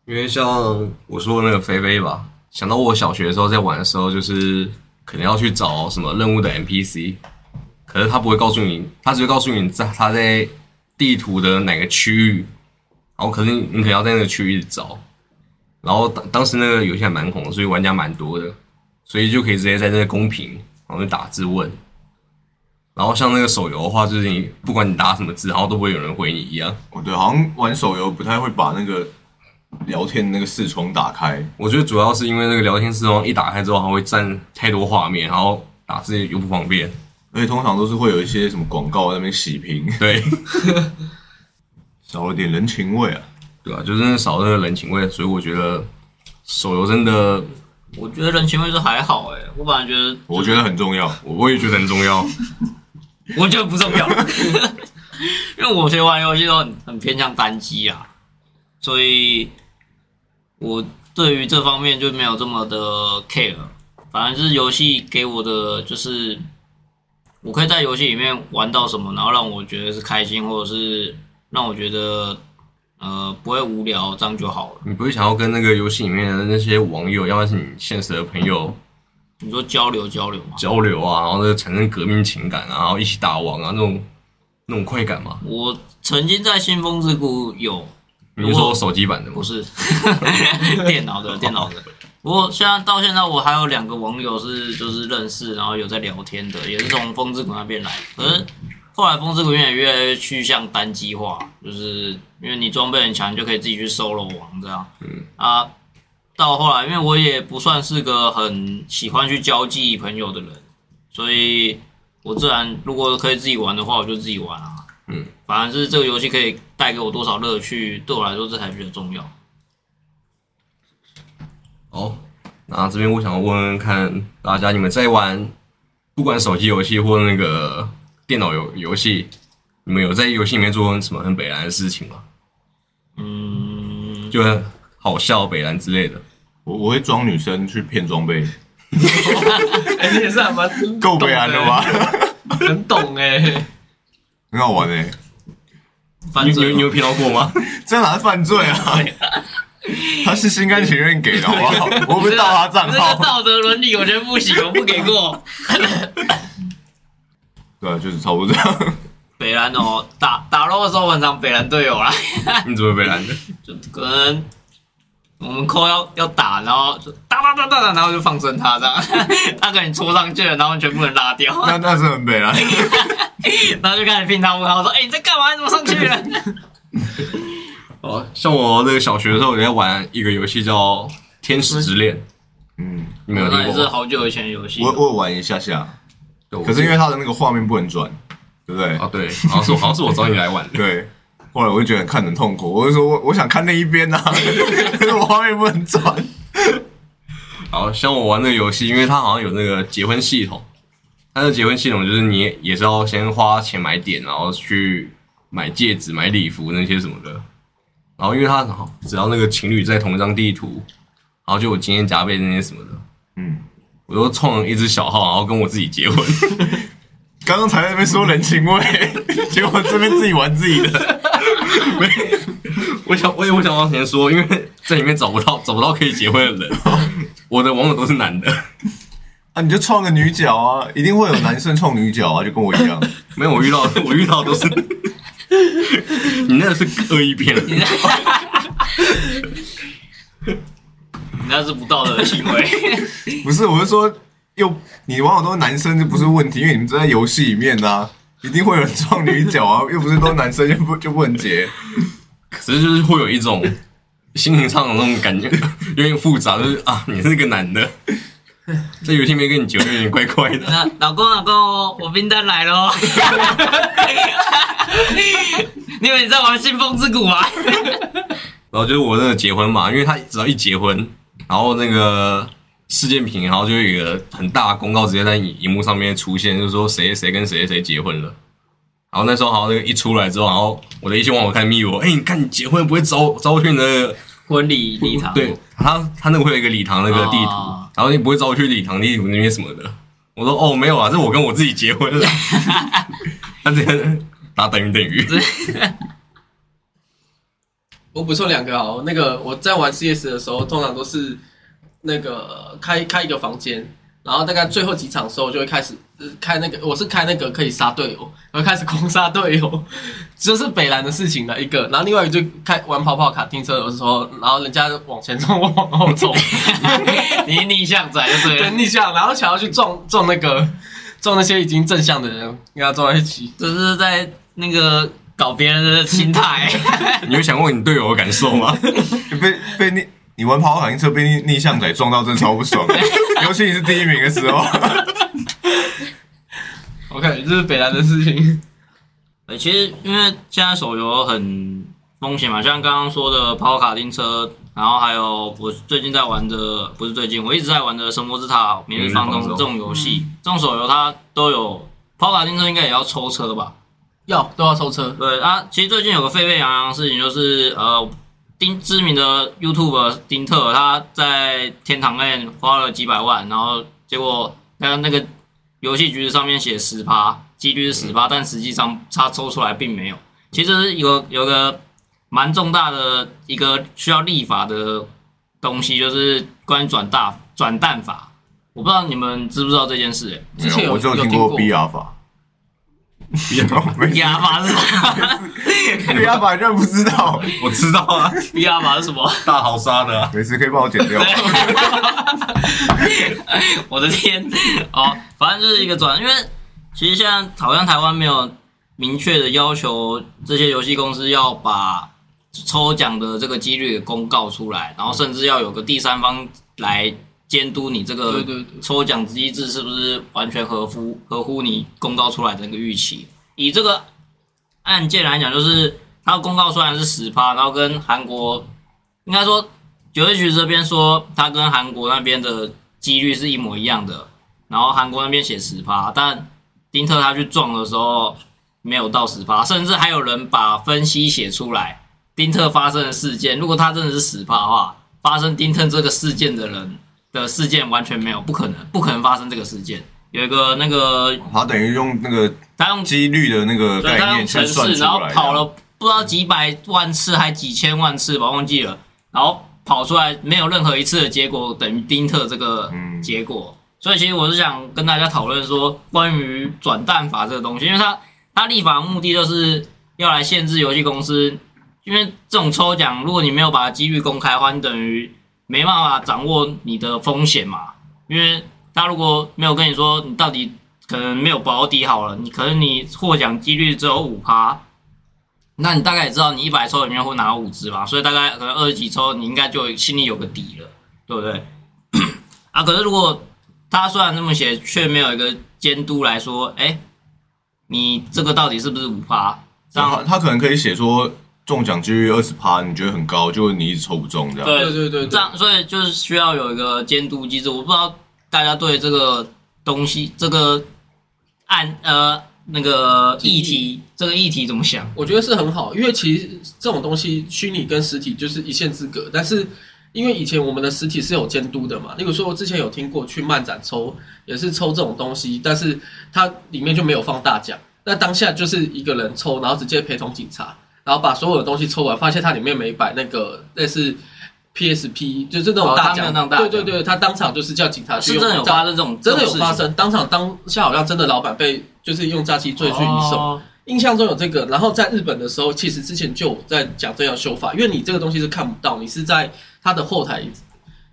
A: 因为像我说的那个菲菲吧，想到我小学的时候在玩的时候，就是可能要去找什么任务的 NPC，可是他不会告诉你，他只会告诉你在他在地图的哪个区域，然后可是你你可能要在那个区域找，然后当当时那个游戏还蛮红的，所以玩家蛮多的，所以就可以直接在这个公屏，然后就打字问。然后像那个手游的话，就是你不管你打什么字，然后都不会有人回你一样。
B: 哦，对，好像玩手游不太会把那个聊天那个视窗打开，
A: 我觉得主要是因为那个聊天视窗一打开之后，它会占太多画面，然后打字又不方便。
B: 而且通常都是会有一些什么广告在那边洗屏， [laughs]
A: 对，
B: 少了点人情味啊。
A: 对啊，就真的少那个人情味，所以我觉得手游真的，
C: 我觉得人情味是还好哎、我反而觉得
B: 我觉得很重要。
A: 我我也觉得很重要。
C: 我觉得不重要， [laughs] 因为我觉得玩游戏都很很偏向单机啊，所以我对于这方面就没有这么的 care。反正就是游戏给我的就是，我可以在游戏里面玩到什么，然后让我觉得是开心，或者是让我觉得呃不会无聊，这样就好了。
A: 你不会想要跟那个游戏里面的那些网友，要啊么是你现实的朋友
C: 你说交流交流嘛，
A: 交流啊，然后呢产生革命情感啊，然后一起打网啊那种那种快感嘛？
C: 我曾经在新风之谷有
A: 你是说手机版的吗
C: 不？是电脑的，电脑的。不过现在到现在，我还有两个网友是就是认识，然后有在聊天的，也是从风之谷那边来。可是后来风之谷也越来越趋向单机化，就是因为你装备很强，你就可以自己去 solo 王这样。嗯啊，到后来，因为我也不算是个很喜欢去交际朋友的人，所以我自然如果可以自己玩的话，我就自己玩啊。
A: 嗯，
C: 反正是这个游戏可以带给我多少乐趣，对我来说这才比较重要。
A: 好，那这边我想问问看大家，你们在玩不管手机游戏或那个电脑游游戏，你们有在游戏里面做过什么很北蓝的事情吗？
C: 嗯，
A: 就很好笑、北蓝之类的。
B: 我我会装女生去骗装备，
D: [laughs] 哎、你也是还蛮
B: 够
D: [laughs]
B: 悲
D: 哎
B: 哀了吧？？
D: 很懂哎、
B: 很好玩哎、欸，
A: 你
C: 犯
A: 你
C: 罪
A: 你有骗到过吗？
B: 这哪是犯罪啊？ [laughs] 他是心甘情愿给的，好不好？我不是盗他账
C: 这个
B: 号。
C: 道德伦理我觉得不行，我不给 [laughs] 过。
B: 对啊，就是差不多这样。 [laughs]
C: 北兰哦，打打肉的时候我很常北兰队友啦，
A: 你怎么北蓝的？
C: 就可能我们扣要要打，然后就打打打打打，然后就放生他这 [laughs] 样，他给你戳上去了，然后全部人拉 [laughs] 掉，
B: 那那是很北啦。
C: 然后就开始拼他问他，我说：“哎、你在干嘛？你怎么上去了
A: 哦，像我那个小学的时候，我在玩一个游戏叫《天使之恋》，
B: 嗯，
C: [laughs]
A: 你们？”有
C: 啊那也
A: 听
C: 是
A: 过吗？
C: 好久以前的游戏
B: [laughs] 我，我有玩一下下，
A: 对我
B: 可是因为它的那个画面不能转，对不对？
C: [laughs]
A: 哦啊，对，好像是我好像是我找你来玩的。
B: 对，后来我就觉得看得很痛苦，我就说我我想看那一边呐、啊， [laughs] 可是我画面不能转。
A: 好像我玩那个游戏，因为它好像有那个结婚系统，它的结婚系统就是你也也是要先花钱买点，然后去买戒指、买礼服那些什么的。然后因为它好只要那个情侣在同一张地图，然后就有经验加倍那些什么的，
B: 嗯，
A: 我都创了一只小号，然后跟我自己结婚。 [laughs]
B: 刚刚才在那边说人情味， [laughs] 结果这边自己玩自己的。
A: 我想，我也我想往前说，因为在里面找不到找不到可以结婚的人，我的网友都是男的，
B: 啊，你就创个女角啊，一定会有男生创女角啊，就跟我一样。
A: 没有我遇到我遇到都是， [laughs] 你那个是恶意骗人。
C: 你那是不道德的行为。
B: 不是，我是说，又你网友都是男生，这不是问题，因为你们都在游戏里面啊，一定会有人创女角啊，又不是都男生就不就不能结。
A: 可是就是会有一种心情上的那种感觉， [laughs] 有点复杂，就是啊，你是个男
C: [laughs]
A: 的，这游戏没跟你结婚，有点怪怪的。
C: [laughs] 那老公老公，我冰单来 [laughs] 喽！你以为你在玩《信风之谷》吗？
A: 然后就是我那个结婚嘛，因为他只要一结婚，然后那个事件屏，然后就有一个很大的公告直接在荧幕上面出现，就是说谁谁跟谁谁结婚了。然后那时候好像那个一出来之后，然后我的一些网友开始密我，哎、你看你结婚不会找我找我去你的
C: 婚礼礼堂，
A: 对，他他那个会有一个礼堂那个地图，
C: 哦
A: 然后你不会找我去礼堂地图那边什么的。我说哦没有啊，这我跟我自己结 [laughs] 婚了。他直接打等于等 [laughs] 于，
D: 我补充两个哦，那个我在玩 CS 的时候，通常都是那个开开一个房间，然后大概最后几场的时候就会开始、呃开那个，我是开那个可以杀队友，然后开始狂杀队友，这是北蓝的事情的一个。然后另外一个就开玩跑跑卡丁车的时候，然后人家往前冲，我往后冲，
C: 你 [laughs] 逆向仔就对
D: 对
C: 了。
D: 逆向，然后想要去撞撞那个撞那些已经正向的人，跟他撞在一起。
C: 这是在那个搞别人的心态， [laughs]
A: 你有想过你队友的感受吗？
B: [laughs] 被被逆，你玩跑跑卡丁车被逆逆向仔撞到，真的超不
C: [laughs]
B: 爽的。尤其你是第一名的时候，
D: OK，这是北蓝的事情。
C: 呃，其实因为现在手游很风险嘛，像刚刚说的跑跑卡丁车，然后还有我最近在玩的，不是最近，我一直在玩的《神魔之塔》《明日方
A: 明
C: 舟
A: 日》方舟
C: 这种游戏，
A: 嗯
C: 这种手游它都有跑跑卡丁车，应该也要抽车吧？
D: 要都要抽车，
C: 对啊，其实最近有个沸沸扬扬的事情，就是呃，丁知名的 YouTube 丁特他在天堂 N 花了几百万，然后结果那那个游戏局上面写十趴，几率是十趴，但实际上他抽出来并没有。其实是有有个蛮重大的一个需要立法的东西，就是关于转大转蛋法。我不知道你们知不知道这件事、欸？
D: 之前有
B: 我只有
D: 有
B: 听
D: 听
B: 过
D: 过
B: B 阿
C: [laughs]
B: 法，B
C: 压法是什么？
B: B 阿法居然不知道，
A: 我知道啊，
C: 压法是什么？
A: 大逃杀的啊、
B: 没事可以帮我剪
C: [laughs]
B: 掉。
C: 我的天！哦，反正就是一个转，因为其实现在好像台湾没有明确的要求这些游戏公司要把抽奖的这个几率给公告出来，然后甚至要有个第三方来监督你这
D: 对
C: 个
D: 对对。
C: 抽奖机制是不是完全合乎合乎你公告出来的那个预期。以这个案件来讲，就是它的公告虽然是十趴，然后跟韩国应该说九月局这边说它跟韩国那边的几率是一模一样的，然后韩国那边写十趴，但丁特他去撞的时候没有到十趴，甚至还有人把分析写出来。丁特发生的事件，如果他真的是十趴的话，发生丁特这个事件的人的事件完全没有，不可能，不可能发生这个事件。有一个那个
B: 他等于用那个
C: 他用
B: 几率的那个
C: 对，
B: 概
C: 他
B: 念
C: 用
B: 去
C: 城
B: 算
C: 市，
B: 出
C: 然后
B: 来的。
C: 跑了不知道几百万次还几千万次吧，忘记了，然后跑出来没有任何一次的结果等于丁特这个
B: 嗯
C: 结果，所以其实我是想跟大家讨论说关于转蛋法这个东西，因为它它立法的目的就是要来限制游戏公司，因为这种抽奖，如果你没有把几率公开的话，你等于没办法掌握你的风险嘛，因为他如果没有跟你说你到底可能没有保底好了，你可能你获奖几率只有五趴，那你大概也知道你一百抽里面会拿五支吧，所以大概可能二十几抽你应该就心里有个底了，对不对？ [clears throat] 啊，可是如果他虽然这么写，却没有一个监督来说，哎，你这个到底是不是五趴？这
B: 然
C: 样
B: 后他可能可以写说中奖几率二十趴，你觉得很高，就你一直抽不中这样。
C: 对
D: 对对对
C: 这
D: 对，
C: 样，所以就是需要有一个监督机制。我不知道大家对这个东西、这个案呃那个议题、这个议题怎么想？
D: 我觉得是很好，因为其实这种东西虚拟跟实体就是一线之隔，但是因为以前我们的实体是有监督的嘛，例如说我之前有听过去漫展抽也是抽这种东西，但是它里面就没有放大奖，那当下就是一个人抽，然后直接陪同警察，然后把所有的东西抽完，发现它里面没摆那个类似。PSP 就是那种
C: 哦
D: 大
C: 它没有
D: 奖，
C: 那种大
D: 对
C: 奖
D: 对对，他当场就是叫警察
C: 是
D: 去用
C: 真的有
D: 诈
C: 发生这种
D: 真的有发，
C: 这种事
D: 生，当场当下好像真的老板被就是用诈欺罪
C: 情
D: 去移送，
C: 哦
D: 印象中有这个。然后在日本的时候，其实之前就有在讲这要修法，因为你这个东西是看不到，你是在他的后台，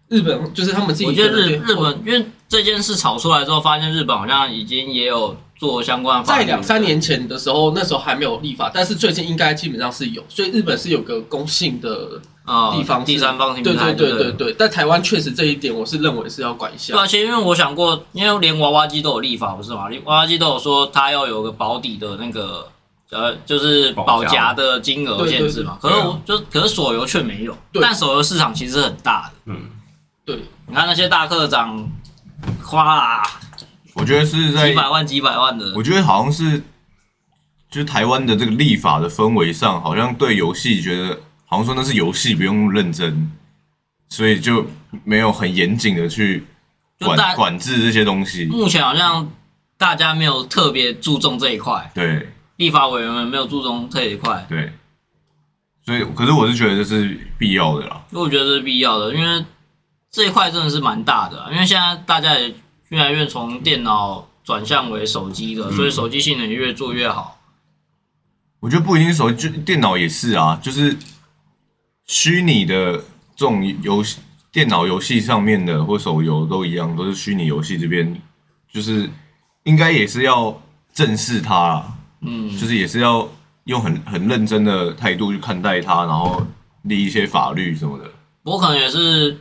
D: 日本就是他们自己
C: 我
D: 的
C: 觉得
D: 那
C: 日
D: 些后台。
C: 日本，因为这件事炒出来之后，发现日本好像已经也有做相关的法律
D: 在两三年前的时候，那时候还没有立法，但是最近应该基本上是有，所以日本是有个公信的
C: 啊
D: 地方是、
C: 第三方平
D: 对
C: 台
D: 对
C: 就
D: 对
C: 了
D: 对对。但台湾确实这一点，我是认为是要管一下
C: 对。啊，其实因为我想过，因为连娃娃机都有立法，不是吗？连娃娃机都有说它要有个保底的那个呃，就是保
A: 保夹
C: 夹的金额
D: 对对
C: 限制嘛。可是
B: 对啊
C: 我就可是手游却没有，
D: 对
C: 但手游市场其实很大的。
A: 嗯，
D: 对，
C: 你看那些大课长，哗，
B: 我觉得是在
C: 几百万几百万的，
B: 我觉得好像是，就是台湾的这个立法的氛围上，好像对游戏觉得好像说那是游戏，不用认真，所以就没有很严谨的去
C: 就大嗯
B: 管管制这些东西。
C: 目前好像大家没有特别注重这一块，
B: 对
C: 立法委员们没有注重这一块，
B: 对，所以可是我是觉得这是必要的啦。
C: 因为我觉得这是必要的，因为这一块真的是蛮大的啊、因为现在大家也越来越从电脑转向为手机的，所以手机性能也越做越好。
B: 我觉得不一定是手机，就电脑也是啊，就是虚拟的这种游戏，电脑游戏上面的或手游都一样，都是虚拟游戏这边，就是应该也是要正视它啊，
C: 嗯，
B: 就是也是要用很很认真的态度去看待它，然后立一些法律什么的。
C: 不过可能也是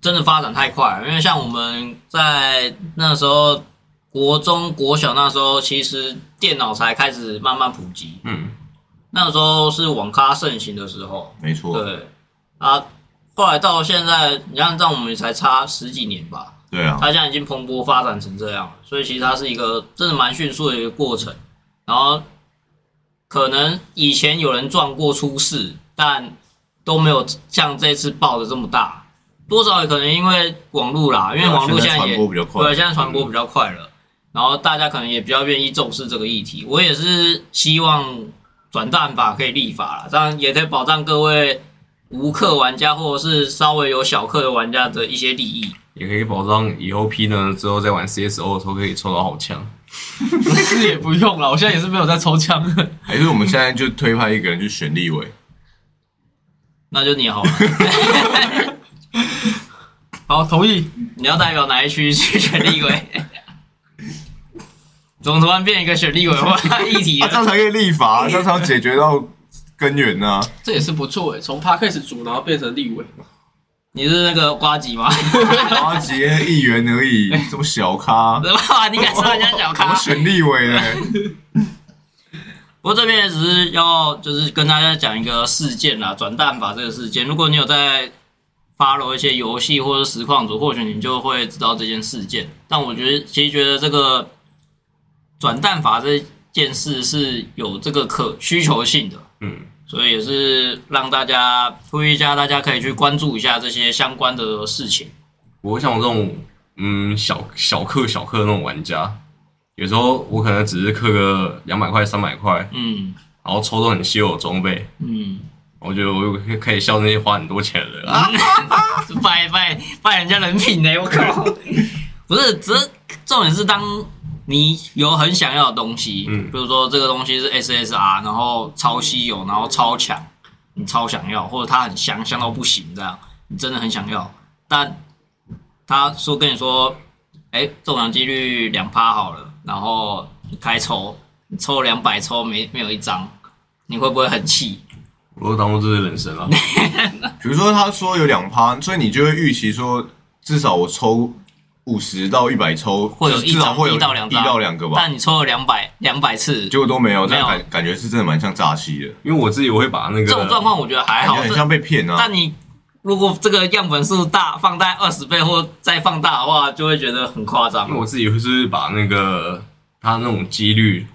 C: 真的发展太快了，因为像我们在那时候国中、国小那时候，其实电脑才开始慢慢普及，
A: 嗯，
C: 那时候是网咖盛行的时候，
B: 没错，
C: 对啊。后来到现在，你看，让我们也才差十几年吧，
B: 对啊
C: 它，现在已经蓬勃发展成这样了，所以其实它是一个真的蛮迅速的一个过程。然后可能以前有人撞过出事，但都没有像这次爆的这么大，多少也可能因为网络啦，因为网络
B: 啊现
C: 现在
B: 传
C: 也
B: 播比较快
C: 对，，啊现在传播比较快了，然后大家可能也比较愿意重视这个议题。我也是希望转蛋法可以立法啦，这样也可以保障各位无氪玩家或者是稍微有小氪的玩家的一些利益。
A: 也可以保障以后 P 呢之后在玩 CSO 的时候可以抽到好枪。
D: 其实也不用了，我现在也是没有在抽枪的。
B: 还是我们现在就推派一个人去选立委，
C: 那就你好了，
D: 好，同意。
C: 你要代表哪一区去选立委？ [laughs] 怎么突然变一个选立委
D: [laughs]
C: 化议题
B: 啊，这样
C: 了？
B: 才可以立法啊、这样才要解决到根源呢、啊。
D: 这也是不错诶，从 p a r k a s 组然后变成立委，
C: 你是那个瓜吉吗？ [laughs]
B: 花几个议员而已，这么小咖，
C: 哇，你敢说人家小
B: 我
C: 咖？
B: 选立委嘞。
C: 不过这边也只是要就是跟大家讲一个事件啦，转蛋法这个事件。如果你有在 follow 一些游戏或者实况组，或许你就会知道这件事件。但我觉得其实觉得这个转蛋法这件事是有这个可需求性的，
A: 嗯，
C: 所以也是让大家呼吁一下，大家可以去关注一下这些相关的事情。
A: 我像我这种嗯小小氪小氪的那种玩家，有时候我可能只是氪个两百块三百块，
C: 嗯
A: 然后抽到很稀有的装备，
C: 嗯，
A: 我觉得我可以可以笑那些花很多钱的人啊。
C: 拜拜拜人家人品呢、
B: [laughs]
C: 我靠！不是，只是重点是当你有很想要的东西，
A: 嗯
C: 比如说这个东西是 SSR，然后超稀有，
B: 嗯
C: 然后超强，你超想要，或者它很香香到不行这样，你真的很想要，但他说跟你说，哎、中奖几率两趴好了，然后你开抽，你抽两百抽没没有一张，你会不会很气？
A: 我就当做这是人生啊了。
B: 比如说他说有两趴，所以你就会预期说，至少我抽五十到一百抽，
C: 会有一
B: 至少
C: 张
B: 会有
C: 一到两
B: 一
C: 张
B: 到两个吧，
C: 但你抽了两百两百次，
B: 结果都没有，
C: 没有
B: 但感感觉是真的蛮像诈欺的，
A: 因为我自己我会把那个
C: 这种状况我觉得还
B: 感
C: 好
B: 觉。很
C: 这
B: 像被骗啊
C: 但。你如果这个样本数大，放大二十倍或再放大的话，就会觉得很夸张
A: 因。为我自己就是把那个它那种几率，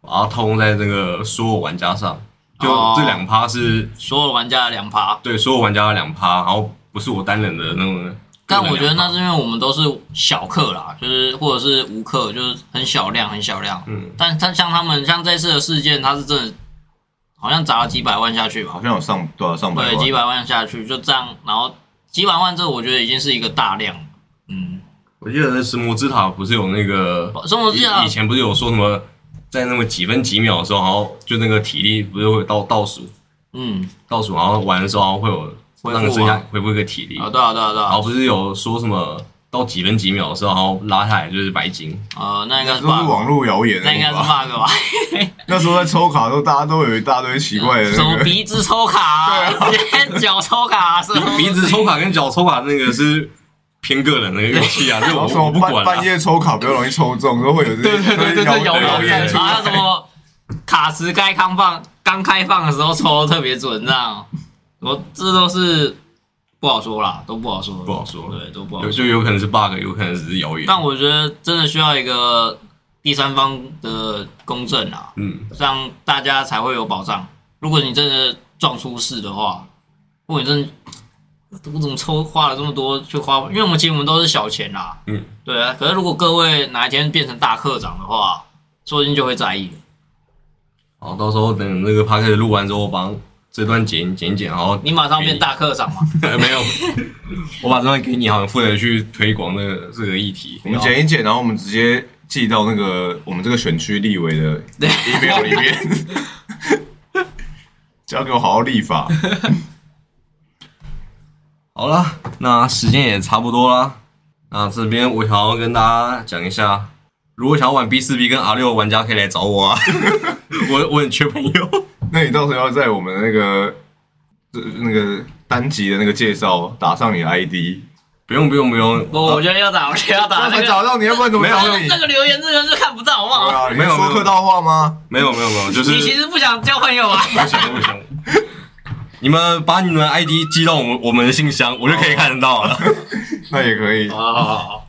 A: 把它套用在这个所有玩家上，就
C: 哦
A: 这两趴是
C: 所有玩家的两趴，
A: 对所有玩家的两趴，然后不是我单人的那种。
C: 但我觉得
A: 个人两趴
C: 那是因为我们都是小课啦，就是或者是无课，就是很小量很小量。
A: 嗯，
C: 但他像他们像这次的事件，他是真的好像砸了几百万下去吧
B: 好？像有上对啊上百
C: 对，
B: 万
C: 几，百万下去就这样，然后几百万这我觉得已经是一个大量了。嗯，
A: 我记得石魔之塔不是有那个
C: 生活之下
A: 以以前不是有说什么在那么几分几秒的时候，然后就那个体力不是会倒倒数，
C: 嗯，
A: 倒数然后玩的时候然后会有
C: 恢复
A: 让你剩下
C: 吗
A: 恢复一个体力，
C: 啊对啊对啊对
A: 然
C: 啊
A: 后，不是有说什么到几分几秒的时候，然后拉下来就是白金。
C: 呃，那应该
B: 那
C: 是
B: 都是
C: bug，
B: 网络谣言
C: 那应该
B: 那
C: 是
B: 种吧？
C: bug 吧？
B: 那时候在抽卡的时候，大家都有一大堆奇怪的
C: 什
B: 那
C: 么
B: 个，
C: 鼻子抽卡、啊，脚抽
A: [laughs]
C: 卡、啊，什么
A: 鼻子抽卡跟脚抽卡那个是偏个人的乐器
B: [laughs]
A: 啊，这
B: 然
A: 我
B: 后什么
A: 我不管
B: 半
A: 了
B: 半。夜抽卡比较容易抽中，都会有这
D: 对对对对对
B: 这些
D: 谣
A: 言
B: 言
A: 对
C: 然后啊还有什么卡池该刚放刚开放的时候抽特别准，这样，我这都是不好说啦，都不好说，
A: 不好说
C: 对，都不好
A: 有
C: 说。
A: 就有可能是 bug，有可能只是谣言。
C: 但我觉得真的需要一个第三方的公证啊，
A: 嗯，
C: 这样大家才会有保障。如果你真的撞出事的话，或者你真的。我怎么抽花了这么多就花，因为我们其实我们都是小钱啦，
A: 嗯，
C: 对啊。可是如果各位哪一天变成大课长的话，说不定就会在意了。
A: 好，到时候等那个 p a c k 录完之后，我帮这段剪剪一剪，然后
C: 你马上变大课长嘛？
A: [laughs] 没有，我把这段给你，好像负责去推广那个这个议题。
B: 我们剪一剪，然后我们直接寄到那个我们这个选区立委的 email 里面， [laughs] 只要给我好好立法。
A: 好啦，那时间也差不多啦。那这边我想要跟大家讲一下，如果想要玩 B 四 B 跟 R 六的玩家，可以来找我啊， [laughs] 我我很缺朋友。
B: 那你到时候要在我们那个这那个单集的那个介绍打上你的 ID，
A: 不用不用不用，啊
C: 我我觉得要打，我觉得要打
B: 那
C: 啊那
B: 才
C: 个
B: 找到你，要不然怎么
A: 哦没有
B: 找到
C: 那
B: 你？
C: 个那个留言，这个是看不到，好不
B: 对
C: 好？
B: 啊，你
A: 没有
B: 在
A: 没
B: 说
A: 有
B: 客套话吗？
A: 没有没有没有，就是
C: 你其实不想交朋友啊？
A: 不行不行，你们把你们 ID 寄到我们我们的信箱，我就可以看得到了。
B: 那也可以。
C: 好好好，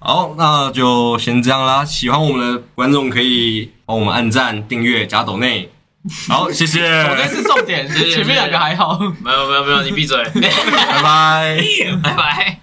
A: 好，那就先这样啦。喜欢我们的观众可以帮我们按赞、订阅、加抖内。好，谢谢，
D: 我那是重点，
C: 谢谢
D: 前面两个还好。
A: [laughs]
C: 没有没有没有，你闭嘴，
A: 拜拜。
C: 拜拜。